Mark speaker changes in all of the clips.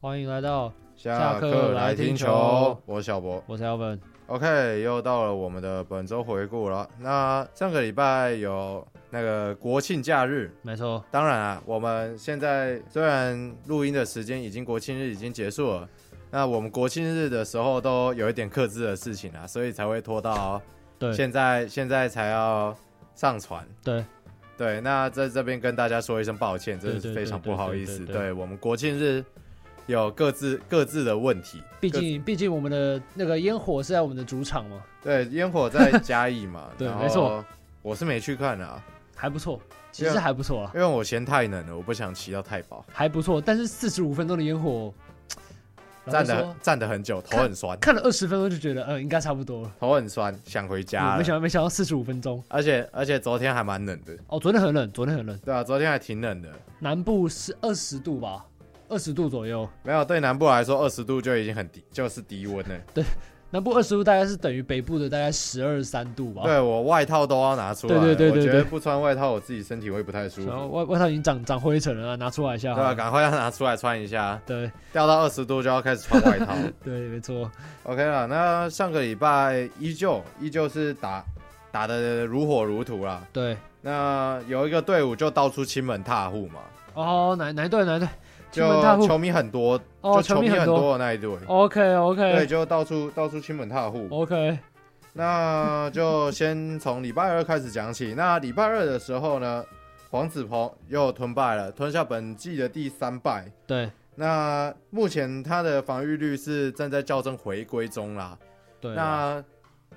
Speaker 1: 欢迎来到，
Speaker 2: 下课来听球，我是小博。
Speaker 1: 我是 Alvin。
Speaker 2: OK，又到了我们的本周回顾了。那上个礼拜有那个国庆假日，
Speaker 1: 没错，
Speaker 2: 当然啊，我们现在虽然录音的时间已经国庆日已经结束了，那我们国庆日的时候都有一点克制的事情啊，所以才会拖到
Speaker 1: 对
Speaker 2: 现在，现在才要上传。
Speaker 1: 对
Speaker 2: 对，那在这边跟大家说一声抱歉，真的
Speaker 1: 对对
Speaker 2: 是非常
Speaker 1: 对
Speaker 2: 不好
Speaker 1: 对
Speaker 2: 意
Speaker 1: 对
Speaker 2: 思。
Speaker 1: 对
Speaker 2: 对我们国庆日有各自各自的问题，
Speaker 1: 毕
Speaker 2: 各
Speaker 1: 竟毕竟我们的那个烟火是在我们的主场嘛，，
Speaker 2: 对，烟火在嘉义嘛
Speaker 1: 对
Speaker 2: 然
Speaker 1: 没错
Speaker 2: 后我是没去看啊，
Speaker 1: 还不错，其
Speaker 2: 对
Speaker 1: 实
Speaker 2: 啊
Speaker 1: 还不错啦，
Speaker 2: 因为我嫌太冷了，我不想骑到太饱，
Speaker 1: 还不错。但是四十五分钟的烟火，
Speaker 2: 站
Speaker 1: 老实
Speaker 2: 的
Speaker 1: 说
Speaker 2: 站的很久，头很酸，
Speaker 1: 看了二十分钟就觉得，嗯，应该差不多了。
Speaker 2: 头很酸，想回家
Speaker 1: 嗯没
Speaker 2: 了。
Speaker 1: 想到没想到四十五分钟
Speaker 2: 而且而且昨天还蛮冷的，
Speaker 1: 哦，昨天很冷，昨天很冷，
Speaker 2: 对啊，昨天还挺冷的。
Speaker 1: 南部是二十度吧，二十度左右，
Speaker 2: 没有，对南部来说，二十度就已经很低，就是低温了。
Speaker 1: 南部二十度大概是等于北部的大概十二三度吧。
Speaker 2: 对我外套都要拿出来了，
Speaker 1: 哦对对对对
Speaker 2: 我觉得
Speaker 1: 对
Speaker 2: 不穿外套我自己身体会不太舒
Speaker 1: 然后
Speaker 2: 服。
Speaker 1: 外外套已经长长灰尘了，拿出来一下
Speaker 2: 对
Speaker 1: 好
Speaker 2: 啊，
Speaker 1: 了。
Speaker 2: 赶快要拿出来穿一下，
Speaker 1: 对
Speaker 2: 掉到二十度就要开始穿外 套。
Speaker 1: 对，没错，
Speaker 2: OK 了，那上个礼拜依旧依旧是打打的如火如荼啦。
Speaker 1: 对。
Speaker 2: 那有一个队伍就到处亲门踏户嘛，
Speaker 1: 哦，哪哪一队哪一队？亲
Speaker 2: 就
Speaker 1: 门踏户
Speaker 2: 球迷很多，
Speaker 1: 哦，
Speaker 2: 就球
Speaker 1: 迷
Speaker 2: 很
Speaker 1: 多。哦
Speaker 2: 的那一队，
Speaker 1: OK
Speaker 2: 对，
Speaker 1: OK
Speaker 2: 就到处到处亲门踏户。
Speaker 1: OK，
Speaker 2: 那就先从礼拜二开始讲起。那礼拜二的时候呢，黄子鹏又吞败了，吞下本季的第三败。
Speaker 1: 对
Speaker 2: 那目前他的防御率是正在校正回归中啦。
Speaker 1: 对。啊
Speaker 2: 那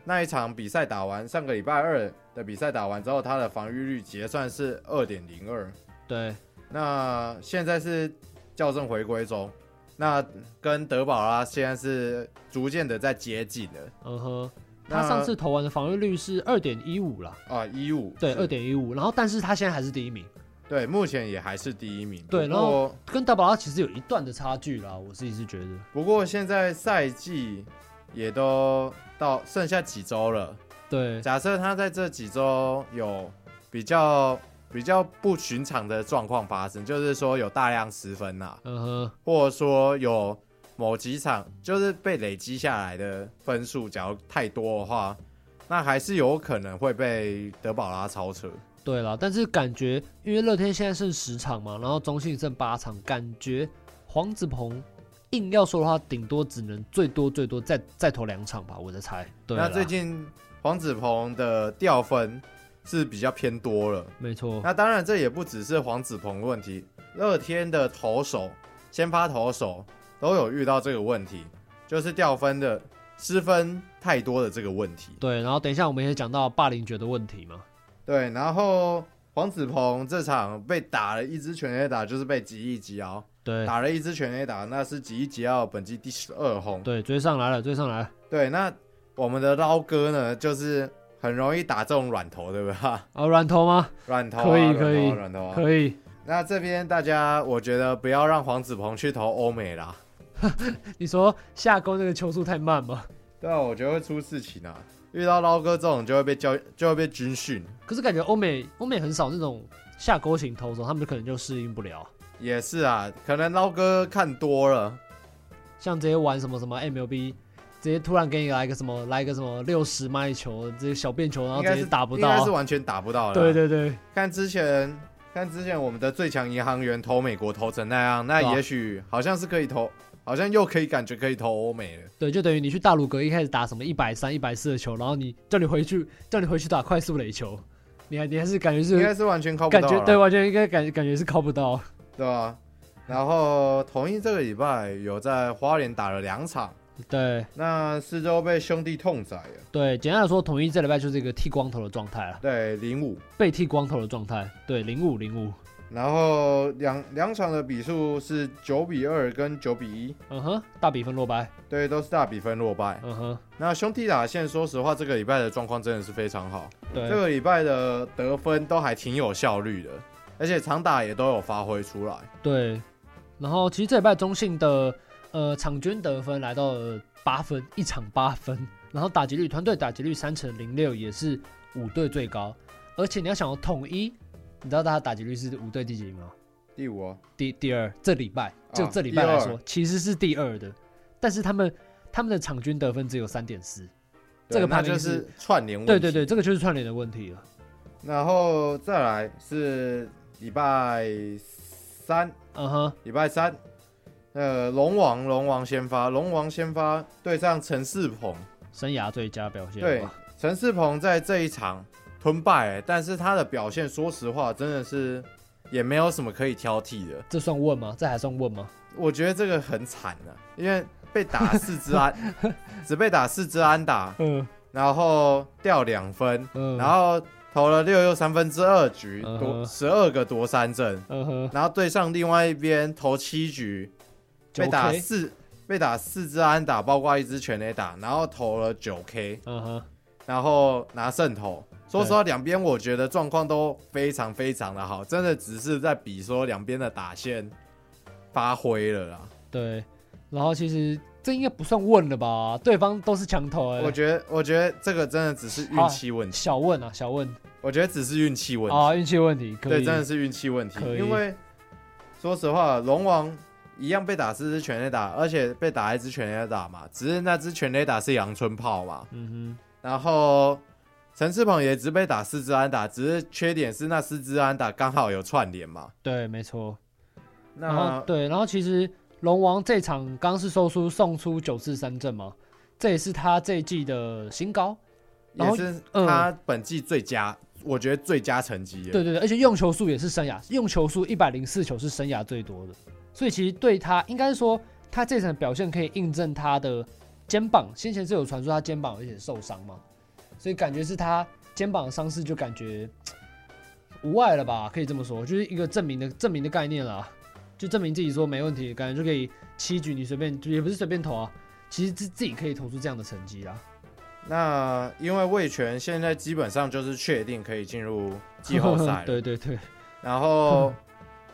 Speaker 2: 那一场比赛打完，上个礼拜二的比赛打完之后，他的防御率结算是二点零二。
Speaker 1: 对
Speaker 2: 那现在是校正回归中，那跟德保拉现在是逐渐的在接近了
Speaker 1: 嗯哼，
Speaker 2: 那
Speaker 1: 他上次投完的防御率是二点一五啦，
Speaker 2: 啊，一五
Speaker 1: 对，二点一五。然后，但是他现在还是第一名，
Speaker 2: 对，目前也还是第一名。
Speaker 1: 对
Speaker 2: 不
Speaker 1: 然后
Speaker 2: 过
Speaker 1: 跟大宝拉其实有一段的差距啦，我自己是觉得。
Speaker 2: 不过现在赛季也都到剩下几周了，
Speaker 1: 对
Speaker 2: 假设他在这几周有比较比较不寻常的状况发生，就是说有大量失分呐、
Speaker 1: 嗯哼，
Speaker 2: 或者说有某几场就是被累积下来的分数，假如太多的话，那还是有可能会被德保拉超车。
Speaker 1: 对啦，但是感觉因为乐天现在剩十场嘛，然后中信剩八场，感觉黄子鹏硬要说的话，顶多只能最多最多再再投两场吧，我在猜。对啦，
Speaker 2: 那最近黄子鹏的掉分是比较偏多了。
Speaker 1: 没错，
Speaker 2: 那当然，这也不只是黄子鹏的问题，乐天的投手、先发投手都有遇到这个问题，就是掉分的失分太多的这个问题。
Speaker 1: 对，然后等一下我们也讲到霸凌觉的问题嘛。
Speaker 2: 对，然后黄子鹏这场被打了一支全垒打，就是被吉一吉奥
Speaker 1: 对
Speaker 2: 打了一支全垒打，那是吉一吉奥本季第十二轰。
Speaker 1: 对，追上来了，追上来了。
Speaker 2: 对，那我们的捞哥呢，就是很容易打这种软头，对吧？
Speaker 1: 啊，软头吗？
Speaker 2: 软头、啊、
Speaker 1: 可以
Speaker 2: 软头啊
Speaker 1: 可以
Speaker 2: 软头啊。
Speaker 1: 可以。
Speaker 2: 那这边大家，我觉得不要让黄子鹏去投欧美啦，
Speaker 1: 你说下勾那个球速太慢吗？
Speaker 2: 对啊，我觉得会出事情啊。遇到捞哥这种就会被教，就会被军训，
Speaker 1: 可是感觉欧美欧美很少那种下勾型投手，他们可能就适应不了。
Speaker 2: 也是啊，可能捞哥看多了，
Speaker 1: 像这些玩什么什么 MLB，直接突然给你来个什么来个什么六十迈球，这些小便球，然后
Speaker 2: 应
Speaker 1: 直
Speaker 2: 该
Speaker 1: 接
Speaker 2: 是
Speaker 1: 打不
Speaker 2: 应该是
Speaker 1: 到。
Speaker 2: 完全打不到的。
Speaker 1: 对，对对
Speaker 2: 看之前，看之前我们的最强银行员投美国投成那样，那
Speaker 1: 对啊
Speaker 2: 也许好像是可以投，好像又可以感觉可以投欧美了。
Speaker 1: 对，就等于你去大鲁阁一开始打什么一百三、一百四的球，然后你叫你回去叫你回去打快速垒球，你还你还是感觉
Speaker 2: 应
Speaker 1: 是
Speaker 2: 该是完全靠不
Speaker 1: 感
Speaker 2: 到啊
Speaker 1: 觉
Speaker 2: 了，
Speaker 1: 对，完全应该感感觉是靠不到。
Speaker 2: 对吧、然后同一这个礼拜有在花莲打了两场，
Speaker 1: 对
Speaker 2: 那四周被兄弟痛宰了。
Speaker 1: 对，简单来说，统一这礼拜就是一个剃光头的状态了，
Speaker 2: 对，零五。
Speaker 1: 被剃光头的状态。对，零五零五，
Speaker 2: 然后两两场的比数是九比二跟九比一，
Speaker 1: 嗯哼，大比分落败，
Speaker 2: 对，都是大比分落败。
Speaker 1: 嗯哼，
Speaker 2: 那兄弟打线，说实话，这个礼拜的状况真的是非常好，这
Speaker 1: 对
Speaker 2: 个礼拜的得分都还挺有效率的，而且长打也都有发挥出来。
Speaker 1: 对。然后其实这礼拜中信的呃场均得分来到了八分，一场八分，然后打击率团队打击率三成零六也是五队最高，而且你要想哦统一，你知道他的打击率是五队第几名吗？
Speaker 2: 第五哦，
Speaker 1: 第第二这礼拜就
Speaker 2: 啊
Speaker 1: 这礼拜来说
Speaker 2: 第，
Speaker 1: 其实是第二的，但是他们他们的场均得分只有三点四，
Speaker 2: 对
Speaker 1: 这个
Speaker 2: 那
Speaker 1: 排名
Speaker 2: 就是是串联问
Speaker 1: 对对
Speaker 2: 题
Speaker 1: 对，这个就是串联的问题了。
Speaker 2: 然后再来是礼拜三，
Speaker 1: 嗯哼，
Speaker 2: 礼拜三，呃，龙王龙王先发，龙王先发对上陈世鹏，
Speaker 1: 生涯最佳表现
Speaker 2: 对
Speaker 1: 吧，
Speaker 2: 陈世鹏在这一场吞败、欸，但是他的表现，说实话，真的是也没有什么可以挑剔的。
Speaker 1: 这算问吗？这还算问吗？
Speaker 2: 我觉得这个很惨的、因为被打四 支安，只被打四支安打，
Speaker 1: 嗯
Speaker 2: 然后掉两分，
Speaker 1: 嗯
Speaker 2: 然后投了六又三分之二局，
Speaker 1: 嗯
Speaker 2: 夺
Speaker 1: 哼
Speaker 2: 十二个夺三振。
Speaker 1: 嗯哼，
Speaker 2: 然后对上另外一边投七局，被
Speaker 1: 9K
Speaker 2: 打四被打四支安打，包括一支全垒打，然后投了九 K，
Speaker 1: 嗯哼，
Speaker 2: 然后拿胜投。说实话，两边我觉得状况都非常非常的好，真的只是在比说两边的打线发挥了啦。
Speaker 1: 对，然后其实这应该不算问了吧？对方都是墙头哎、
Speaker 2: 我觉得，我觉得这个真的只是运气问题，
Speaker 1: 小问啊，小问
Speaker 2: 我觉得只是运气问题，
Speaker 1: 啊，运气问题，可
Speaker 2: 对，
Speaker 1: 以
Speaker 2: 真的是运气问题。
Speaker 1: 可以
Speaker 2: 因为说实话，龙王一样被打四支全垒打，而且被打一支全垒打嘛，只是那支全垒打是阳春炮嘛，
Speaker 1: 嗯
Speaker 2: 然后陈世鹏也只被打四支安打，只是缺点是那四支安打刚好有串联嘛
Speaker 1: 哼，。对，没错。然后
Speaker 2: 那
Speaker 1: 对，然后其实龙王这场刚刚是收出送出九次三振嘛，这也是他这一季的新高。然
Speaker 2: 也
Speaker 1: 后
Speaker 2: 是
Speaker 1: 嗯
Speaker 2: 他本季最佳，我觉得最佳成绩了。
Speaker 1: 对对对，而且用球数也是生涯用球数一百零四球是生涯最多的，所以其实对他应该是说他这场表现可以印证他的肩膀，先前是有传说他肩膀有点受伤嘛，所以感觉是他肩膀的伤势就感觉嘖无碍了吧，可以这么说，就是一个证明的证明的概念啦，就证明自己说没问题，感觉就可以七局你随便也不是随便投啊，其实自自己可以投出这样的成绩啦，
Speaker 2: 那因为魏权现在基本上就是确定可以进入季后赛 了。
Speaker 1: 对对对，
Speaker 2: 然后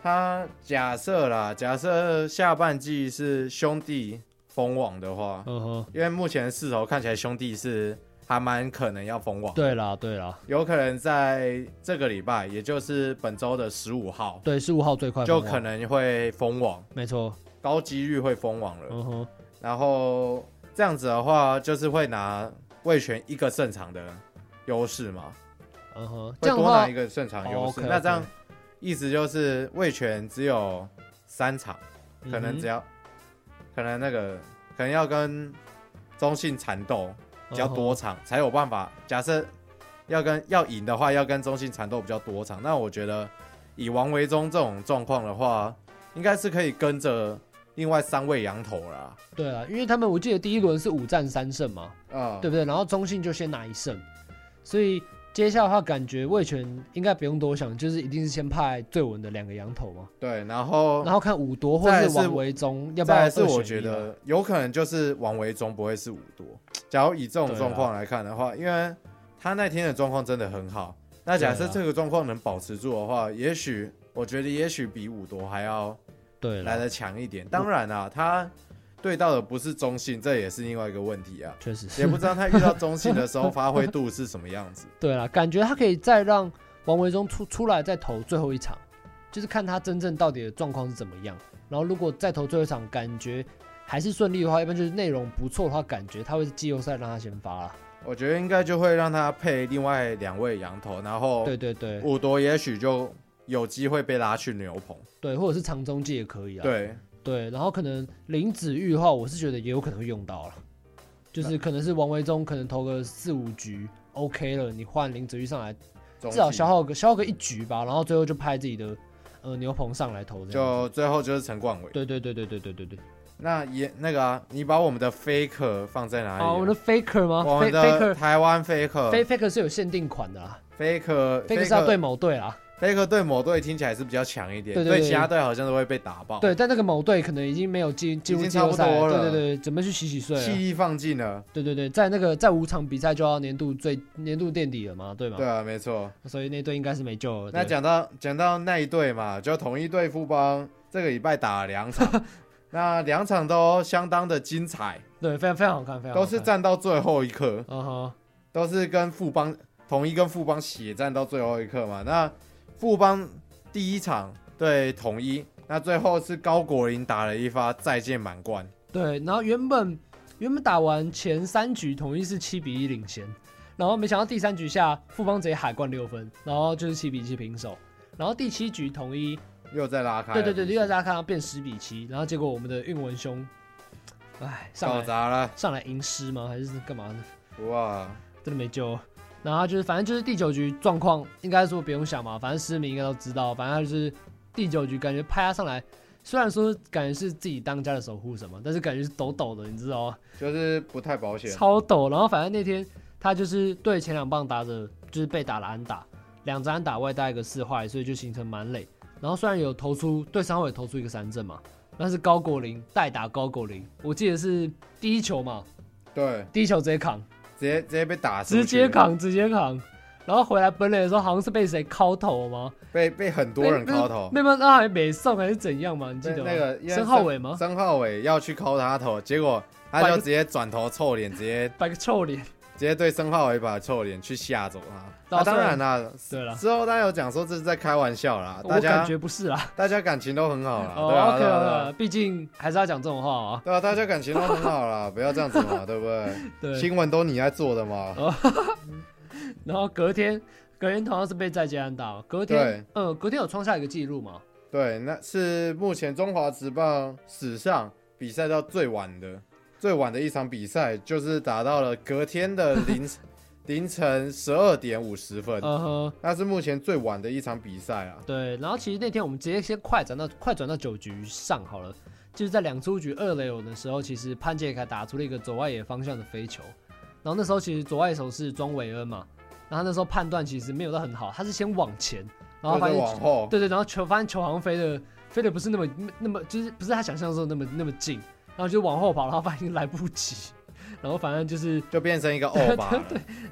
Speaker 2: 他假设啦，假设下半季是兄弟封网的话，
Speaker 1: 嗯哼，
Speaker 2: 因为目前势头看起来兄弟是还蛮可能要封网，
Speaker 1: 对啦对啦，
Speaker 2: 有可能在这个礼拜，也就是本周的十五号，
Speaker 1: 对是五号最快
Speaker 2: 就
Speaker 1: 封王
Speaker 2: 可能会封网，
Speaker 1: 没错，
Speaker 2: 高几率会封网了。
Speaker 1: 嗯哼。
Speaker 2: 然后这样子的话，就是会拿魏权一个胜场的优势嘛，
Speaker 1: 嗯哼，这样
Speaker 2: 会
Speaker 1: 的
Speaker 2: 多
Speaker 1: 话
Speaker 2: 拿一，个胜场
Speaker 1: 哦
Speaker 2: 优势。
Speaker 1: ，OK，OK
Speaker 2: 那这样意思就是魏权只有三场。可能只
Speaker 1: 样
Speaker 2: 要，可能那个可能要跟中信缠斗比较多场才有办法。假设要跟要赢的话，要跟中信缠斗比较多场，那我觉得以王维忠这种状况的话，应该是可以跟着另外三位羊头啦。
Speaker 1: 对啊，因为他们我记得第一轮是五战三胜嘛，
Speaker 2: 啊、
Speaker 1: 对不对？然后中信就先拿一胜，所以接下来的话，感觉魏权应该不用多想，就是一定是先派最稳的两个羊头嘛，
Speaker 2: 对，然后
Speaker 1: 然后看武夺或
Speaker 2: 哦再来
Speaker 1: 是
Speaker 2: 是
Speaker 1: 王维忠要不
Speaker 2: 再
Speaker 1: 要
Speaker 2: 来
Speaker 1: 二
Speaker 2: 是
Speaker 1: 选一嘛。啊
Speaker 2: 我觉得有可能就是王维忠不会是五多。假如以这种
Speaker 1: 啊
Speaker 2: 状况来看的话，因为他那天的状况真的很好，那假设
Speaker 1: 对啊
Speaker 2: 这个状况能保持住的话，也许我觉得也许比五多还要
Speaker 1: 对啊
Speaker 2: 来
Speaker 1: 了，
Speaker 2: 的强一点。当然啦、他对到的不是中信，这也是另外一个问题啊，
Speaker 1: 确实
Speaker 2: 也
Speaker 1: 是
Speaker 2: 不知道他遇到中信的时 候发挥度是什么样子。
Speaker 1: 对了，感觉他可以再让王维忠出出来再投最后一场，就是看他真正到底的状况是怎么样。然后如果再投最后一场，感觉还是顺利的话，要不然就是内容不错的话，感觉他会是季后赛让他先发啦。
Speaker 2: 我觉得应该就会让他配另外两位羊头，然后
Speaker 1: 对对对
Speaker 2: 五多也许就有机会被拉去牛棚。
Speaker 1: 对，或者是长中继也可以啊。
Speaker 2: 对。
Speaker 1: 对然后可能林子玉的话，我是觉得也有可能会用到了，就是可能是王维忠可能投个四五局 OK 了，你换林子玉上来，
Speaker 2: 中
Speaker 1: 至少
Speaker 2: 信
Speaker 1: 消耗个消耗个一局吧，然后最后就派自己的呃牛棚上来投这样子。
Speaker 2: 就最后就是陈冠伟。
Speaker 1: 对对对对对对对对。
Speaker 2: 那也那个啊，你把我们的 faker 放在哪里啊？
Speaker 1: 哦，我们的 Faker 吗
Speaker 2: 我们
Speaker 1: ？Fa-
Speaker 2: 的
Speaker 1: Faker。
Speaker 2: 台湾
Speaker 1: Fa-
Speaker 2: faker
Speaker 1: Faker 是有限定款的啦
Speaker 2: 呃 faker
Speaker 1: ，Faker 是要对某队啊啦，
Speaker 2: faker 对某队听起来是比较强一点，
Speaker 1: 对对对
Speaker 2: 其他队好像都会被打爆。，
Speaker 1: 对，但那个某队可能已经没有进进入
Speaker 2: 哦已经
Speaker 1: 季后赛
Speaker 2: 差不多
Speaker 1: 了，
Speaker 2: 了
Speaker 1: 对对对，啊准备去洗洗睡了，
Speaker 2: 气力放尽了。
Speaker 1: 对对对，在那个在五场比赛就要年度最年度垫底了嘛，对吗？
Speaker 2: 对啊，没错。
Speaker 1: 所以那队应该是没救了。
Speaker 2: 那
Speaker 1: 对
Speaker 2: 讲到讲到那一队嘛，就同一队富邦这个礼拜打了两 场，那两场都相当的精彩，
Speaker 1: 对啊非常非常好看，非常好
Speaker 2: 都
Speaker 1: 看
Speaker 2: 是战到最后一刻。
Speaker 1: 嗯哼，
Speaker 2: 都是跟富邦统一跟富邦血战到最后一刻嘛。那富邦第一场对统一，那最后是高国林打了一发再见满贯，
Speaker 1: 对，然后原本原本打完前三局，统一是七比一领先，然后没想到第三局下富邦直接海灌六分，然后就是七比七平手，然后第七局统一，
Speaker 2: 又再拉开了
Speaker 1: 对
Speaker 2: 比
Speaker 1: 对
Speaker 2: 数，
Speaker 1: 对，第二大家看到变十比七，然后结果我们的运文兄，哎，
Speaker 2: 搞
Speaker 1: 上来
Speaker 2: 砸了，
Speaker 1: 上来吟诗吗？还是干嘛呢？
Speaker 2: 哇，
Speaker 1: 真的没救了。然后他就是反正就是第九局状况，应该说不用想嘛，反正市民应该都知道，反正他就是第九局感觉拍他上来，虽然说感觉是自己当家的守护什么，但是感觉是抖抖的，你知道吗？
Speaker 2: 就是不太保险，
Speaker 1: 超抖。然后反正那天他就是对前两棒打者就是被打了安打，两张安打外带一个四坏，所以就形成满垒。然后虽然有投出对三垒投出一个三振嘛，但是高国林代打高国林，我记得是第一球嘛，
Speaker 2: 对，
Speaker 1: 第一球直接扛，
Speaker 2: 直接直接被打出去，
Speaker 1: 直接扛，直接扛。然后回来本垒的时候，好像是被谁敲头吗？
Speaker 2: 被被很多人敲头，
Speaker 1: 那边那还没送还是怎样嘛？你记
Speaker 2: 那
Speaker 1: 得吗？
Speaker 2: 那个因为
Speaker 1: 申浩伟吗？
Speaker 2: 曾浩伟要去敲他头，结果他
Speaker 1: 摆
Speaker 2: 就
Speaker 1: 个
Speaker 2: 直接转头臭脸，直接
Speaker 1: 摆个臭脸。
Speaker 2: 直接对申浩伟把臭脸去吓走他。
Speaker 1: 老
Speaker 2: 啊，
Speaker 1: 实
Speaker 2: 当然啦，
Speaker 1: 对了，
Speaker 2: 之后他有讲说这是在开玩笑啦，大
Speaker 1: 我感
Speaker 2: 家
Speaker 1: 觉不是啦。
Speaker 2: 大家感情都很好啦，
Speaker 1: 哦
Speaker 2: 对啊
Speaker 1: ，OK
Speaker 2: 对啊对
Speaker 1: 了
Speaker 2: 啊，，
Speaker 1: 毕竟还是要讲这种话啊。
Speaker 2: 对啊，大家感情都很 好啦，不要这样子嘛，对不对？
Speaker 1: 对，
Speaker 2: 新闻都你在做的嘛，
Speaker 1: 然后隔天，隔天同样是被再见安打，隔天，呃，隔天有创下一个记录嘛？
Speaker 2: 对，那是目前中华职棒史上比赛到最晚的最晚的一场比赛，就是打到了隔天的凌 凌晨十二点五十分，
Speaker 1: 嗯哼，
Speaker 2: 那是目前最晚的一场比赛啊。
Speaker 1: 对。然后其实那天我们直接先快转到快转到九局上好了，就是在两出局二垒有的时候，其实潘杰凯打出了一个左外野方向的飞球，然后那时候其实左外野手是庄伟恩嘛，然后他那时候判断其实没有到很好，他是先往前，然后
Speaker 2: 或
Speaker 1: 发
Speaker 2: 者
Speaker 1: 现
Speaker 2: 往后，
Speaker 1: 对对，然后球发现球好像飞的飞的不是那么那么，就是不是他想象中那么那么近，然后就往后跑，然后发现来不及， 然后反正就是
Speaker 2: 就变成一 个欧巴了。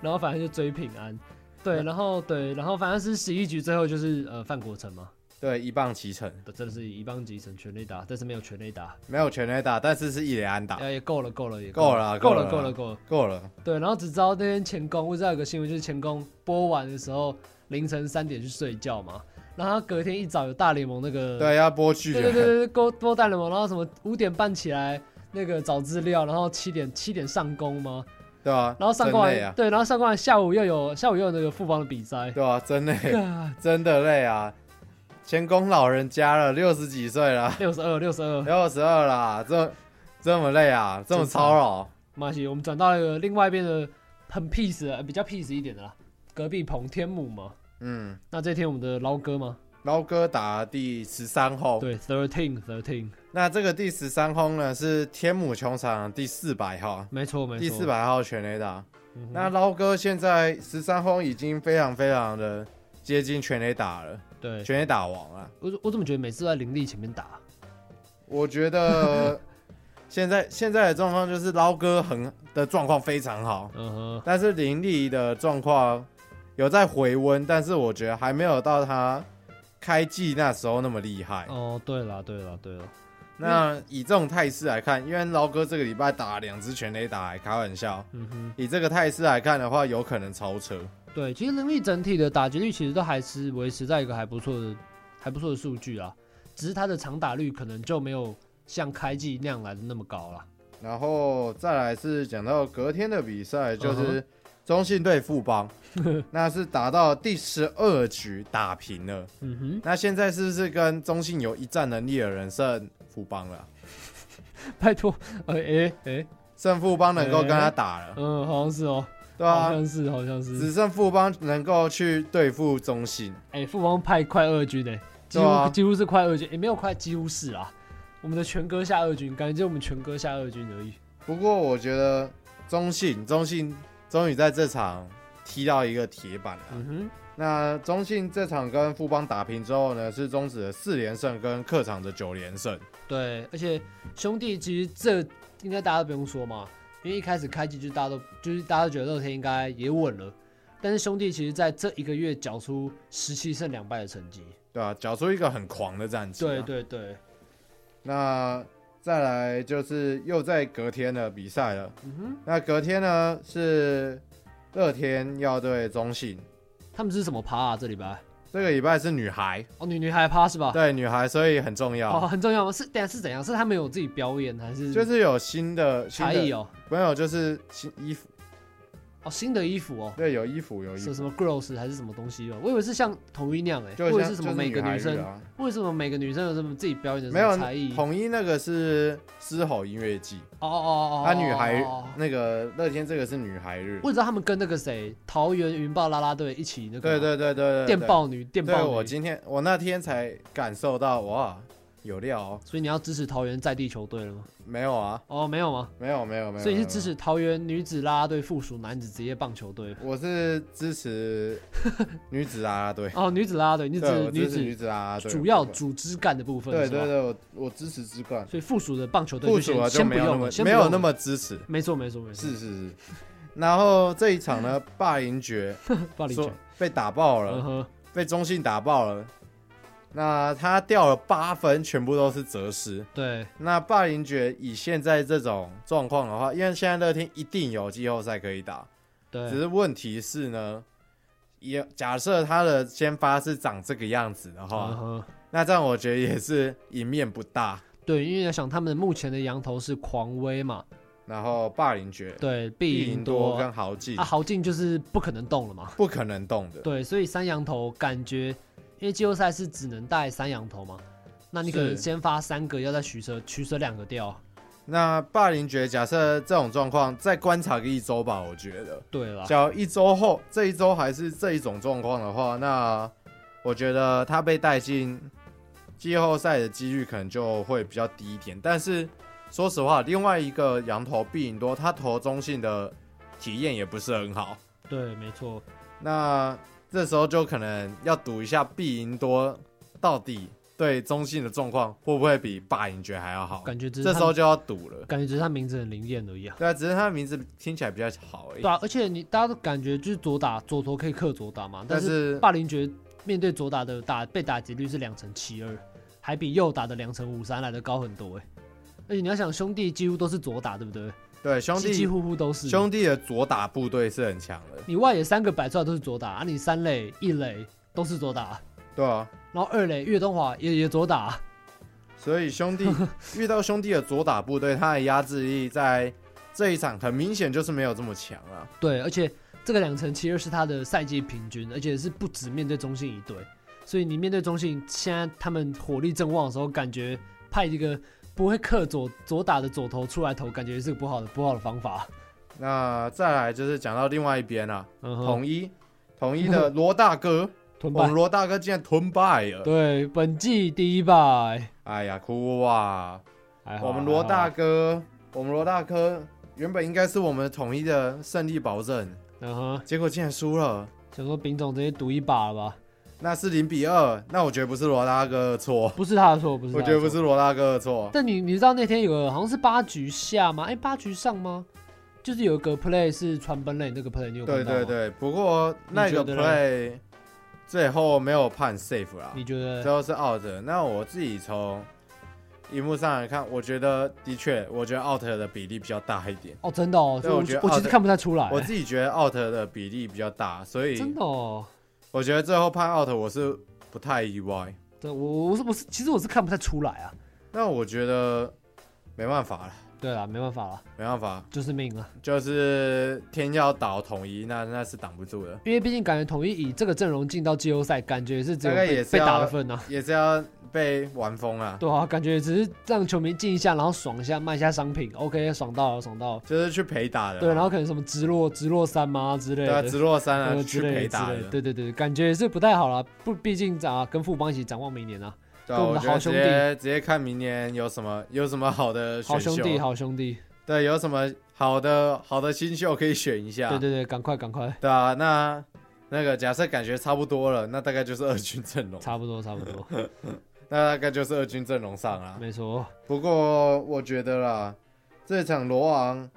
Speaker 1: 然后反正就追平安，对，然后对，然后反正是十一局最后就是呃范国成嘛，
Speaker 2: 对，一棒齐成，
Speaker 1: 对真的是一棒击成全垒打，但是没有全垒打，
Speaker 2: 没有全垒打，但是是一垒安打，
Speaker 1: 呃也够了够了也
Speaker 2: 啊够
Speaker 1: 了
Speaker 2: 了啊
Speaker 1: 够够
Speaker 2: 够了
Speaker 1: 了够了，
Speaker 2: 够了。
Speaker 1: 对，然后只知道那天前宫，我知道有个新闻就是前宫播完的时候凌晨三点去睡觉嘛，然后他隔天一早有大联盟那个
Speaker 2: 对，要播巨
Speaker 1: 对对对
Speaker 2: 人，
Speaker 1: 对，勾勾大联盟，然后什么五点半起来那个找资料，然后七点七点上工吗？
Speaker 2: 对啊，
Speaker 1: 然后上工
Speaker 2: 真
Speaker 1: 完、
Speaker 2: 累啊，
Speaker 1: 对，然后上工完下午又有下午又有那个富邦的比赛，
Speaker 2: 对啊，真累，
Speaker 1: 干
Speaker 2: 真的累啊。前宫老人家了，六十几岁了，
Speaker 1: 六十二六十二。
Speaker 2: 六十二啦，这这么累啊，这么操劳，
Speaker 1: 马西，我们转到一个另外一边的很 peace 的、呃比较 peace 一点的啦，隔壁棚天母嘛。
Speaker 2: 嗯。
Speaker 1: 那这天我们的捞哥嘛，
Speaker 2: 捞哥打第十三轰，
Speaker 1: 对，thirteen thirteen，
Speaker 2: 那这个第十三轰呢是天母球场第四百号，
Speaker 1: 没错没错。
Speaker 2: 第四，百号全垒打。
Speaker 1: 嗯哼
Speaker 2: 那捞哥现在十三轰已经非常非常的接近全垒打了，
Speaker 1: 对
Speaker 2: 全垒打王了。
Speaker 1: 我我怎么觉得每次都在林立前面打？
Speaker 2: 我觉得 现在现在的状况就是捞哥很的状况非常好，
Speaker 1: 嗯哼，
Speaker 2: 但是林立的状况有在回温，但是我觉得还没有到他开季那时候那么厉害。
Speaker 1: 哦，对了对了对了，
Speaker 2: 那以这种态势来看，因为捞哥这个礼拜打了两支全垒打，还开玩笑。
Speaker 1: 嗯哼，
Speaker 2: 以这个态势来看的话，有可能超车。
Speaker 1: 对，其实林立整体的打击率其实都还是维持在一个还不错的还不错的数据啦，只是他的长打率可能就没有像开季那样来的那么高啦。
Speaker 2: 然后再来是讲到隔天的比赛，
Speaker 1: 嗯
Speaker 2: 就是中信对 富邦，那是打到第十二局打平了。
Speaker 1: 嗯哼。
Speaker 2: 那现在是不是跟中信有一战能力的人胜富邦了？
Speaker 1: 拜托，呃，诶、诶、
Speaker 2: 胜富邦能够跟他打了，
Speaker 1: 嗯，好像是哦、
Speaker 2: 对
Speaker 1: 好
Speaker 2: 啊，
Speaker 1: 像是，好像是。
Speaker 2: 只剩富邦能够去对付中信。
Speaker 1: 哎、富邦派快二军呢、几
Speaker 2: 对
Speaker 1: 乎、
Speaker 2: 啊
Speaker 1: 几乎是快二军，也、没有快，几乎是啊。我们的全哥下二军，感觉就我们全哥下二军而已。
Speaker 2: 不过我觉得中信，中信终于在这场踢到一个铁板了。
Speaker 1: 嗯
Speaker 2: 那中信这场跟富邦打平之后呢，是终止了四连胜跟客场的九连胜。
Speaker 1: 哼，对，而且兄弟其实这应该大家都不用说嘛，因为一开始开季就大家都就是大家都觉得乐天应该也稳了，但是兄弟其实在这一个月缴出十七胜两败的成绩。
Speaker 2: 对啊，缴出一个很狂的战绩、啊
Speaker 1: 对。对对，
Speaker 2: 那再来就是又在隔天的比赛了。
Speaker 1: 嗯哼，
Speaker 2: 那隔天呢是乐天要对中信，
Speaker 1: 他们是什么趴啊？这礼拜
Speaker 2: 这个礼拜是女孩，
Speaker 1: 哦，女女孩趴是吧？
Speaker 2: 对女孩，所以很重
Speaker 1: 哦，
Speaker 2: 要。
Speaker 1: 很重要吗？是等一下是怎样？是他们有自己表演还是
Speaker 2: 就是有新的
Speaker 1: 嗯
Speaker 2: 新
Speaker 1: 才艺
Speaker 2: 的，
Speaker 1: 哦？
Speaker 2: 没有就是新衣服，
Speaker 1: 哦，新的衣服哦，
Speaker 2: 对，有衣服有衣
Speaker 1: 是
Speaker 2: 服，
Speaker 1: 什么 girls 还是什么东西哦？我以为是像统一那样哎、欸，
Speaker 2: 就
Speaker 1: 或者
Speaker 2: 像
Speaker 1: 是什么
Speaker 2: 就是
Speaker 1: 每个
Speaker 2: 女孩
Speaker 1: 女
Speaker 2: 日
Speaker 1: 生，
Speaker 2: 啊，
Speaker 1: 为什么每个女生有什么自己表演的
Speaker 2: 没
Speaker 1: 什么
Speaker 2: 有
Speaker 1: 才艺？哦
Speaker 2: 统一那个是狮吼音乐季，
Speaker 1: 哦哦哦，
Speaker 2: 啊女孩
Speaker 1: 哦哦哦
Speaker 2: 那个乐天这个是女孩日，
Speaker 1: 我知道他们跟那个谁桃园云豹啦啦队一起那个
Speaker 2: 对
Speaker 1: 嘛
Speaker 2: 对对对对，对
Speaker 1: 电。报女电
Speaker 2: 对
Speaker 1: 报
Speaker 2: 我
Speaker 1: 女，
Speaker 2: 今天我那天才感受到哇，有料哦，
Speaker 1: 所以你要支持桃园在地球队了吗？
Speaker 2: 没有啊，
Speaker 1: 哦，没有吗？
Speaker 2: 没有没有没有，
Speaker 1: 所以你
Speaker 2: 没
Speaker 1: 是
Speaker 2: 有
Speaker 1: 支持桃园女子啦啦队附属男子职业棒球队
Speaker 2: 我是支持女子啊， 对，
Speaker 1: 哦，女子啦啦队，女
Speaker 2: 对，
Speaker 1: 子
Speaker 2: 我
Speaker 1: 女
Speaker 2: 支持女
Speaker 1: 子
Speaker 2: 子啊，对
Speaker 1: 主要组织干的部分，
Speaker 2: 对
Speaker 1: 是吧
Speaker 2: 对对，我我支持之冠，
Speaker 1: 所以附属的棒球队
Speaker 2: 附
Speaker 1: 先
Speaker 2: 属啊就
Speaker 1: 先不
Speaker 2: 没有那
Speaker 1: 用
Speaker 2: 么
Speaker 1: 了，先不
Speaker 2: 没有
Speaker 1: 用
Speaker 2: 那
Speaker 1: 了，
Speaker 2: 么支持，
Speaker 1: 没错没错没错，
Speaker 2: 是是是。然后这一 场呢，霸凌爵
Speaker 1: 暴力
Speaker 2: 说
Speaker 1: 球，
Speaker 2: 被打爆
Speaker 1: 嗯
Speaker 2: 了，
Speaker 1: 哼，
Speaker 2: 被中信打爆了。那他掉了八分，全部都是哲失。
Speaker 1: 对，
Speaker 2: 那霸凌爵以现在这种状况的话，因为现在乐天一定有季后赛可以打，
Speaker 1: 对，
Speaker 2: 只是问题是呢，也假设他的先发是长这个样子的话，
Speaker 1: 嗯哼，
Speaker 2: 那这样我觉得也是赢面不大。
Speaker 1: 对，因为要想他们目前的羊头是狂威嘛，
Speaker 2: 然后霸凌爵、
Speaker 1: 对，必
Speaker 2: 碧
Speaker 1: 赢
Speaker 2: 云
Speaker 1: 多
Speaker 2: 跟豪进、
Speaker 1: 啊，豪进就是不可能动了嘛，
Speaker 2: 不可能动的，
Speaker 1: 对，所以三羊头感觉，因为季后赛是只能带三羊头嘛，那你可能
Speaker 2: 是
Speaker 1: 先发三个，要再取舍取舍两个掉，
Speaker 2: 那霸凌爵假设这种状况，再观察个一周吧，我觉得。
Speaker 1: 对啦，
Speaker 2: 假如一周后这一周还是这一种状况的话，那我觉得他被带进季后赛的几率可能就会比较低一点。但是说实话，另外一个羊头毕颖多，他投中性的体验也不是很好。
Speaker 1: 对，没错，
Speaker 2: 那这时候就可能要赌一下毕赢多到底对中性的状况会不会比霸赢爵还要好。
Speaker 1: 感觉只是
Speaker 2: 这
Speaker 1: 他
Speaker 2: 时候就要赌了。
Speaker 1: 感觉只是他名字很灵验而已啊。
Speaker 2: 对啊，只是他的名字听起来比较好而已
Speaker 1: 对。啊，而且你大家都感觉就是左打左投可以克左打嘛，但
Speaker 2: 但
Speaker 1: 是
Speaker 2: 是
Speaker 1: 霸凌爵面对左打的打被打击率是两成七二，还比右打的两成五三来的高很多哎、而且你要想，兄弟几乎都是左打，对不对？
Speaker 2: 对兄
Speaker 1: 几几
Speaker 2: 弟
Speaker 1: 乎乎都是。
Speaker 2: 兄弟的左打部队是很强的，
Speaker 1: 你外野三个摆出来都是左打，啊，你三垒、一垒都是左打，
Speaker 2: 对啊。
Speaker 1: 然后二垒岳东华也也左打，
Speaker 2: 所以 兄弟遇到兄弟的左打部队，他的压制力在这一场很明显就是没有这么强啊。
Speaker 1: 对，而且这个两成七二是他的赛季平均，而且是不止面对中信一队，所以你面对中信，现在他们火力正旺的时候，感觉派一个不会克左左打的左投出来投，感觉是个不好的不好的方法。
Speaker 2: 那再来就是讲到另外一边啊，
Speaker 1: 嗯哼，
Speaker 2: 统一统一 的罗大哥，
Speaker 1: 吞
Speaker 2: 我
Speaker 1: 败
Speaker 2: 们，罗大哥竟然吞败了。
Speaker 1: 对，本季第一败，
Speaker 2: 哎呀，哭啊！
Speaker 1: 还好
Speaker 2: 我们罗大
Speaker 1: 还好
Speaker 2: 哥，我们罗大哥原本应该是我们统一的胜利保证，
Speaker 1: 嗯哼，
Speaker 2: 结果竟然输了，
Speaker 1: 想说丙总直接赌一把了吧？
Speaker 2: 那是零比二。那我觉得不是罗大哥的错，
Speaker 1: 不是他的错，不是他
Speaker 2: 我
Speaker 1: 的啊
Speaker 2: 觉得不
Speaker 1: 错
Speaker 2: 是罗大哥的错。
Speaker 1: 但你你知道那天有个好像是八局下吗？哎、八局上吗？就是有一个 play 是传本垒那个 play，你有看
Speaker 2: 对
Speaker 1: 到吗
Speaker 2: 对，对，不过那个
Speaker 1: 你觉得
Speaker 2: play 最后没有判 safe 啦，
Speaker 1: 你觉得
Speaker 2: 最后是 out 的。那我自己从荧幕上来看，我觉得的确，我觉得 out 的比例比较大一点。
Speaker 1: 哦，真的哦，
Speaker 2: 对
Speaker 1: 我
Speaker 2: 我觉得
Speaker 1: 我
Speaker 2: 哦
Speaker 1: 其实
Speaker 2: 对
Speaker 1: 看不太出来，
Speaker 2: 我自己觉得 out 的比例比较大，所以
Speaker 1: 哎真的哦，
Speaker 2: 我觉得最后判 out 我是不太意外。
Speaker 1: 对我我是我是其实我是看不太出来啊，
Speaker 2: 那我觉得没办法了，
Speaker 1: 对啦，没办法了，
Speaker 2: 没办法，
Speaker 1: 就是命了，
Speaker 2: 就是天要倒统一，那那是挡不住的，
Speaker 1: 因为毕竟感觉统一以这个阵容进到季后赛，感觉是只有
Speaker 2: 大概
Speaker 1: 被
Speaker 2: 也是
Speaker 1: 被打
Speaker 2: 要
Speaker 1: 的份啊，
Speaker 2: 也是要被玩疯啊。
Speaker 1: 对啊，感觉只是让球迷进一下，然后爽一下，卖一下商品，OK，爽到了，爽到了，
Speaker 2: 就是去陪打的，
Speaker 1: 对，然后可能什么直落直落三妈之类
Speaker 2: 啊对啊，
Speaker 1: 的，
Speaker 2: 直落三啊，
Speaker 1: 呃
Speaker 2: 去
Speaker 1: 之类
Speaker 2: 陪
Speaker 1: 的
Speaker 2: 打
Speaker 1: 之类
Speaker 2: 的
Speaker 1: 的，，对对对，感觉是不太好了。不，毕竟啊，跟富邦一起展望明年啊，
Speaker 2: 对啊，
Speaker 1: 跟我
Speaker 2: 我
Speaker 1: 们的
Speaker 2: 觉得
Speaker 1: 好
Speaker 2: 直
Speaker 1: 兄弟
Speaker 2: 接直接看明年有什么有什么好的
Speaker 1: 好
Speaker 2: 选
Speaker 1: 兄
Speaker 2: 秀，
Speaker 1: 弟，好兄弟，
Speaker 2: 对，有什么好的好的新秀可以选一下，
Speaker 1: 对对对，赶快赶快，
Speaker 2: 对啊，那那个假设感觉差不多了，那大概就是二军阵容，
Speaker 1: 差不多差不 多，
Speaker 2: 那大概就是二军阵容上啦。
Speaker 1: 没错，
Speaker 2: 不过我觉得啦，这场罗王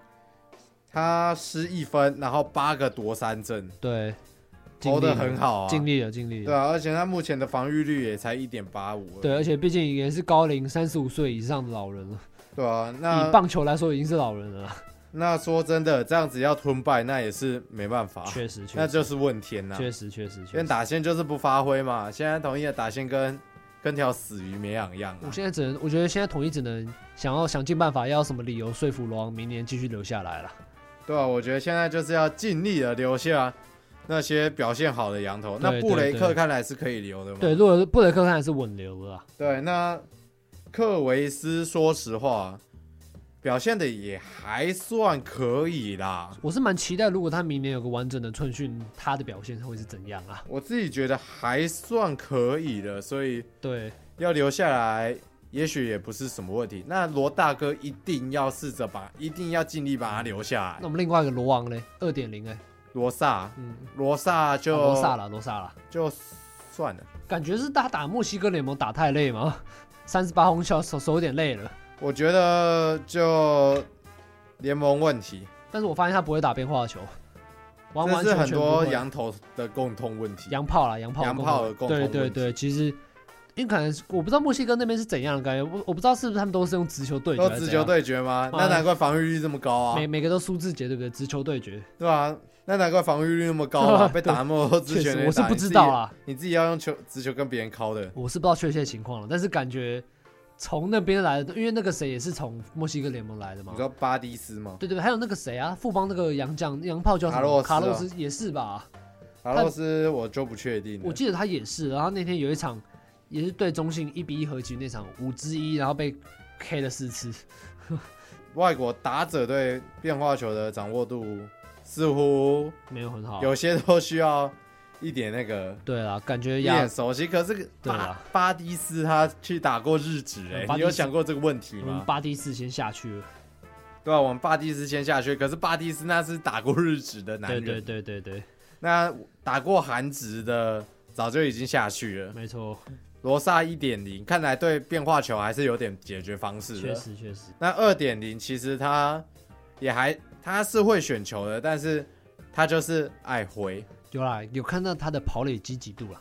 Speaker 2: 他失一分，然后八个夺三振，
Speaker 1: 对，
Speaker 2: 投
Speaker 1: 尽力
Speaker 2: 的
Speaker 1: 了
Speaker 2: 很，好啊，
Speaker 1: 尽力了，尽力
Speaker 2: 对
Speaker 1: 了，
Speaker 2: 啊，而且他目前的防御率也才一点八五，
Speaker 1: 对，而且毕竟也是高龄三十五岁以上的老人了，
Speaker 2: 对啊，那
Speaker 1: 以棒球来说已经是老人了啦，
Speaker 2: 那说真的，这样子要吞败，那也是没办法，
Speaker 1: 确实，确
Speaker 2: 啊那
Speaker 1: 实
Speaker 2: 就是问天呐、
Speaker 1: 确实确实
Speaker 2: 因
Speaker 1: 确
Speaker 2: 为
Speaker 1: 实。
Speaker 2: 打线就是不发挥嘛。现在同一的打线跟跟条死鱼没两样
Speaker 1: 我
Speaker 2: 啊。
Speaker 1: 现在只能，我觉得现在统一只能想要想尽办法，要什么理由说服罗昂明年继续留下来了。
Speaker 2: 对啊，我觉得现在就是要尽力的留下那些表现好的羊头。
Speaker 1: 对
Speaker 2: 那布雷
Speaker 1: 对
Speaker 2: 克
Speaker 1: 对
Speaker 2: 看来是可以留的嘛？
Speaker 1: 对，如果布雷克看来是稳留了啊，
Speaker 2: 对，那克维斯说实话表现的也还算可以啦，
Speaker 1: 我是蛮期待，如果他明年有个完整的春训，他的表现会是怎样啊？
Speaker 2: 我自己觉得还算可以的，所以
Speaker 1: 对，
Speaker 2: 要留下来。也许也不是什么问题。那罗大哥一定要试着把，一定要尽力把他留下
Speaker 1: 那
Speaker 2: 来。
Speaker 1: 我们另外一个罗王嘞，二点零哎，
Speaker 2: 罗萨，
Speaker 1: 嗯，
Speaker 2: 罗萨就
Speaker 1: 啊罗萨了，罗萨了，
Speaker 2: 就算了。
Speaker 1: 感觉是他打墨西哥联盟打太累嘛，三十八红小手手有点累了。
Speaker 2: 我觉得就联盟问题，
Speaker 1: 但是我发现他不会打变化球，完完
Speaker 2: 这
Speaker 1: 全全
Speaker 2: 是很
Speaker 1: 不
Speaker 2: 多
Speaker 1: 会
Speaker 2: 羊头的共通问题。
Speaker 1: 洋炮啦，洋炮，
Speaker 2: 洋炮的共同
Speaker 1: 对对
Speaker 2: 问题
Speaker 1: 对，其实因为可能是我不知道墨西哥那边是怎样的感觉，我我不知道是不是他们都是用直球对决啊
Speaker 2: 都
Speaker 1: 还是
Speaker 2: 直
Speaker 1: 怎
Speaker 2: 球
Speaker 1: 样，
Speaker 2: 对决吗？那
Speaker 1: 妈
Speaker 2: 难怪防御率这么高啊
Speaker 1: 每，每个都苏志杰对不对？直球对决，
Speaker 2: 对吧、那难怪防御率那么高啊，被打那么多
Speaker 1: 确
Speaker 2: 直球
Speaker 1: 实
Speaker 2: 能
Speaker 1: 我是
Speaker 2: 打
Speaker 1: 不知道，啊啦，
Speaker 2: 你自己你自己要用球直球跟别人敲的，
Speaker 1: 我是不知道确切情况了，但是感觉从那边来的，因为那个谁也是从墨西哥联盟来的嘛
Speaker 2: 你知，道巴蒂斯吗？
Speaker 1: 对对对，还有那个谁啊，富邦那个洋将洋炮叫什
Speaker 2: 卡
Speaker 1: 么？
Speaker 2: 洛斯
Speaker 1: 卡洛
Speaker 2: 啊
Speaker 1: 斯也是吧？
Speaker 2: 卡洛斯我就不确定
Speaker 1: 我
Speaker 2: 了，
Speaker 1: 记得他也是，然后那天有一场也是对中信一比一和局那场五之一，然后被 K 了四次。
Speaker 2: 外国打者对变化球的掌握度似乎
Speaker 1: 没有很好。
Speaker 2: 有些都需要一点那个
Speaker 1: 对啦，感觉
Speaker 2: 一
Speaker 1: 亚
Speaker 2: 点熟悉，可是
Speaker 1: 对
Speaker 2: 巴
Speaker 1: 啦
Speaker 2: 巴蒂斯他去打过日职哎、
Speaker 1: 嗯巴蒂斯
Speaker 2: 你有想过这个问题
Speaker 1: 我们
Speaker 2: 吗？
Speaker 1: 巴蒂斯先下去了。
Speaker 2: 对啊，我们巴蒂斯先下去，可是巴蒂斯那是打过日职的男
Speaker 1: 对
Speaker 2: 人，
Speaker 1: 对对对 对，
Speaker 2: 那打过韩职的早就已经下去了。
Speaker 1: 没错，
Speaker 2: 罗萨一点零，看来对变化球还是有点解决方式
Speaker 1: 确
Speaker 2: 的。
Speaker 1: 实确实，
Speaker 2: 那二点零其实他也还他是会选球的，但是他就是爱回。
Speaker 1: 有啦，有看到他的跑垒积极度啦，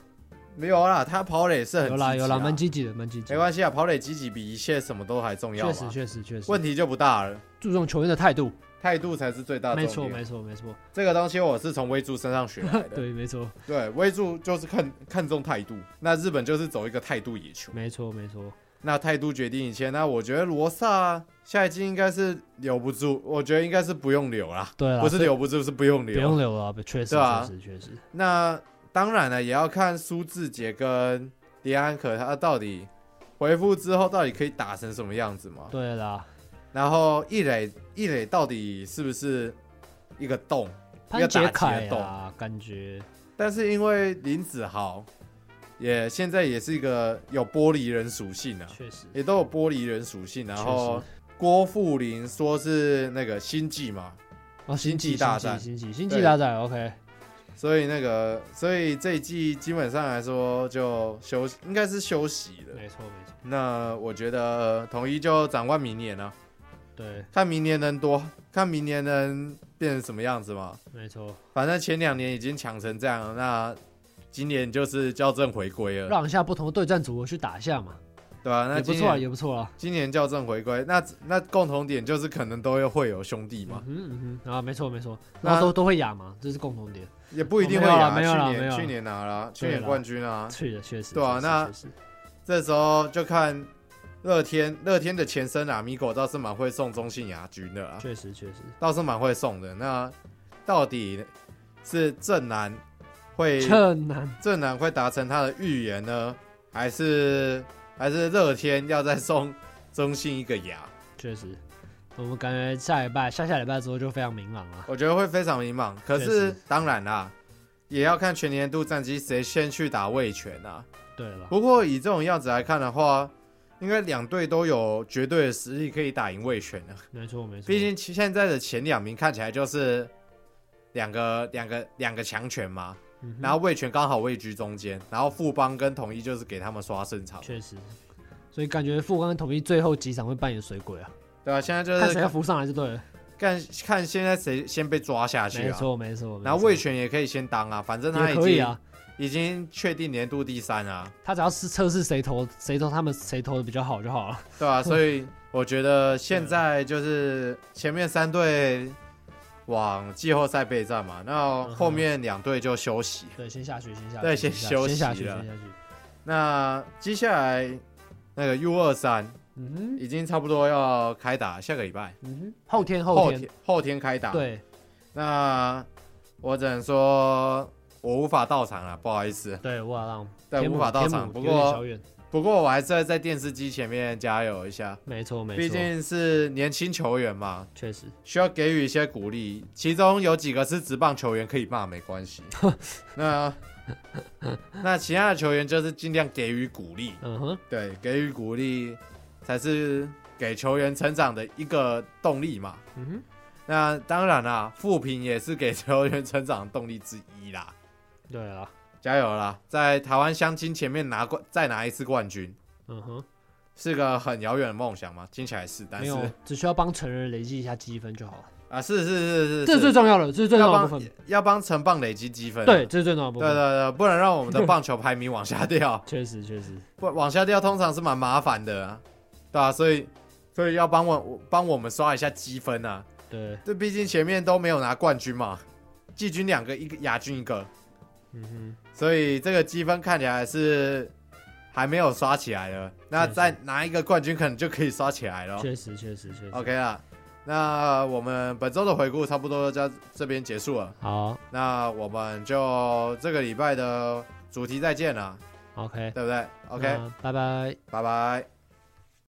Speaker 2: 没有啦，他跑垒是很
Speaker 1: 有啦
Speaker 2: 呃积极
Speaker 1: 有
Speaker 2: 啊
Speaker 1: 啦，蛮积极的，蛮积极的。
Speaker 2: 没关系啊，跑垒积极比一切什么都还重要
Speaker 1: 确实
Speaker 2: 嘛。
Speaker 1: 确实确实，
Speaker 2: 问题就不大了，
Speaker 1: 注重球员的态度，
Speaker 2: 态度才是最大的
Speaker 1: 没错
Speaker 2: 重点。
Speaker 1: 没错没 错，
Speaker 2: 这个东西我是从威助身上学来的。
Speaker 1: 对没错
Speaker 2: 对，威助就是看看重态度，那日本就是走一个态度野球。
Speaker 1: 没错没错，
Speaker 2: 那态度决定一切。那我觉得罗萨下一季应该是留不住，我觉得应该是不用留啦，
Speaker 1: 对啦，啊
Speaker 2: 不是留不住，是不用
Speaker 1: 不
Speaker 2: 留。
Speaker 1: 用留了，确实
Speaker 2: 对啊
Speaker 1: 确实确实，
Speaker 2: 那当然了，也要看苏志杰跟迪安可他到底回复之后到底可以打成什么样子嘛。
Speaker 1: 对啦，
Speaker 2: 然后易磊，易磊到底是不是一个洞？
Speaker 1: 潘杰凯
Speaker 2: 一个
Speaker 1: 啊，感觉
Speaker 2: 但是因为林子豪也现在也是一个有玻璃人属性啊，
Speaker 1: 确实，
Speaker 2: 也都有玻璃人属性，然后
Speaker 1: 确实。
Speaker 2: 郭富林说是那个星际嘛，
Speaker 1: 哦，星
Speaker 2: 星
Speaker 1: 际
Speaker 2: 际大
Speaker 1: 星
Speaker 2: 战
Speaker 1: 际星际星际
Speaker 2: 对
Speaker 1: 大战，OK，
Speaker 2: 所以那个，所以这一季基本上来说就休，应该是休息了。
Speaker 1: 没错没错，
Speaker 2: 那我觉得、呃统一就展望明年啊，
Speaker 1: 对，
Speaker 2: 看明年能多，看明年能变成什么样子嘛。
Speaker 1: 没错，
Speaker 2: 反正前两年已经强成这样了，那今年就是校正回归了，
Speaker 1: 让一下不同的对战组合去打一下嘛，
Speaker 2: 对吧、那
Speaker 1: 也不
Speaker 2: 今
Speaker 1: 错啊，
Speaker 2: 年
Speaker 1: 也不错啊。
Speaker 2: 今年校正回归，那那共同点就是可能都会有兄弟嘛，
Speaker 1: 嗯哼嗯哼，啊，没错没错，
Speaker 2: 那
Speaker 1: 然后都都会哑嘛，这是共同点。
Speaker 2: 也不一定
Speaker 1: 哦
Speaker 2: 会
Speaker 1: 没有啦
Speaker 2: 啊
Speaker 1: 没有啦
Speaker 2: 去
Speaker 1: 没有
Speaker 2: 年
Speaker 1: 啦
Speaker 2: 去年拿了，去
Speaker 1: 对
Speaker 2: 年
Speaker 1: 啦
Speaker 2: 冠军啊，
Speaker 1: 去的确实，
Speaker 2: 对啊
Speaker 1: 确实
Speaker 2: 那
Speaker 1: 确实
Speaker 2: 这时候就看乐天，乐天的前身啊，米狗倒是蛮会送中信亚军的啊，
Speaker 1: 确实确实，
Speaker 2: 倒是蛮会送的。那到底是正南会
Speaker 1: 这难
Speaker 2: 正南会达成他的预言呢，还是还是乐天要再送中信一个牙？
Speaker 1: 确实，我们感觉下礼拜下下礼拜之后就非常明朗了。
Speaker 2: 我觉得会非常迷茫。可
Speaker 1: 确
Speaker 2: 是
Speaker 1: 实
Speaker 2: 当然啦，也要看全年度战绩谁先去打卫权啊。
Speaker 1: 对了，
Speaker 2: 不过以这种样子来看的话，应该两队都有绝对的实力可以打赢卫权的。
Speaker 1: 没错没错，
Speaker 2: 毕竟其现在的前两名看起来就是两个两个两个强权嘛，
Speaker 1: 嗯哼
Speaker 2: 然后魏权刚好位居中间，然后富邦跟统一就是给他们刷胜场，
Speaker 1: 确实，所以感觉富冈统一最后几场会扮演水鬼啊，
Speaker 2: 对啊，现在就
Speaker 1: 看谁要
Speaker 2: 是
Speaker 1: 浮上来就对了。
Speaker 2: 看看现在谁先被抓下去
Speaker 1: 没
Speaker 2: 啊，
Speaker 1: 错没错，没
Speaker 2: 然后
Speaker 1: 错
Speaker 2: 魏权也可以先当啊，反正他
Speaker 1: 也
Speaker 2: 已
Speaker 1: 可以
Speaker 2: 经
Speaker 1: 啊，
Speaker 2: 已经确定年度第三啊，
Speaker 1: 他只要是测试谁投谁投他们谁投的比较好就好了。
Speaker 2: 对啊，所以我觉得现在就是前面三队往季后赛备战嘛，那
Speaker 1: 嗯哼
Speaker 2: 后面两队就休息。
Speaker 1: 对，先下去，先下去，
Speaker 2: 对先
Speaker 1: 下
Speaker 2: 休
Speaker 1: 先下
Speaker 2: 息
Speaker 1: 去，先
Speaker 2: 了
Speaker 1: 下去。
Speaker 2: 那接下来那个 U 二三
Speaker 1: 嗯哼，
Speaker 2: 已经差不多要开打，下个礼拜
Speaker 1: 嗯哼，后天，
Speaker 2: 后
Speaker 1: 天，
Speaker 2: 后天啊开打。，
Speaker 1: 对
Speaker 2: 那我只能说我无法到场了，啊不好意思。
Speaker 1: 对，我让
Speaker 2: 对
Speaker 1: 天
Speaker 2: 无
Speaker 1: 母
Speaker 2: 法到
Speaker 1: 天
Speaker 2: 场
Speaker 1: 母
Speaker 2: 不
Speaker 1: 有点
Speaker 2: 过
Speaker 1: 小远，
Speaker 2: 不过我还是要在电视机前面加油一下，
Speaker 1: 没错没
Speaker 2: 毕
Speaker 1: 错，
Speaker 2: 竟是年轻球员嘛，
Speaker 1: 确实，
Speaker 2: 需要给予一些鼓励。其中有几个是职棒球员可以骂没 关系，那那其他的球员就是尽量给予鼓励，
Speaker 1: 嗯哼，
Speaker 2: 对，给予鼓励才是给球员成长的一个动力嘛。
Speaker 1: 嗯哼，
Speaker 2: 那当然啦，负评也是给球员成长的动力之一啦。
Speaker 1: 对啊，
Speaker 2: 加油啦，在台湾相亲前面拿冠，再拿一次冠军，
Speaker 1: 嗯哼，
Speaker 2: 是个很遥远的梦想嘛？听起来是，但
Speaker 1: 没
Speaker 2: 是
Speaker 1: 有，只需要帮成人累积一下积分就好了，
Speaker 2: 啊，是是是是，
Speaker 1: 这是最重要的，这是最重
Speaker 2: 要
Speaker 1: 要的部
Speaker 2: 帮
Speaker 1: 分，
Speaker 2: 要帮城棒累积积分啊。
Speaker 1: 对，这是最重要的部
Speaker 2: 对对
Speaker 1: 分，
Speaker 2: 对，不能让我们的棒球排名往 下掉，
Speaker 1: 确实确实，
Speaker 2: 不往下掉通常是蛮麻烦的、啊，对啊，所以所以要帮我帮我们刷一下积分啊，
Speaker 1: 对，
Speaker 2: 这毕竟前面都没有拿冠军嘛，季军两个，一个亚军一个，
Speaker 1: 嗯
Speaker 2: 所以这个积分看起来是还没有刷起来的，那
Speaker 1: 是
Speaker 2: 再拿一个冠军可能就可以刷起来了
Speaker 1: 哼，。确实确实确实
Speaker 2: OK 啦，那我们本周的回顾差不多在这边结束了，
Speaker 1: 好
Speaker 2: 那我们就这个礼拜的主题再见了，
Speaker 1: ，OK 嗯
Speaker 2: 对不对？OK，
Speaker 1: 那拜拜。
Speaker 2: 拜拜。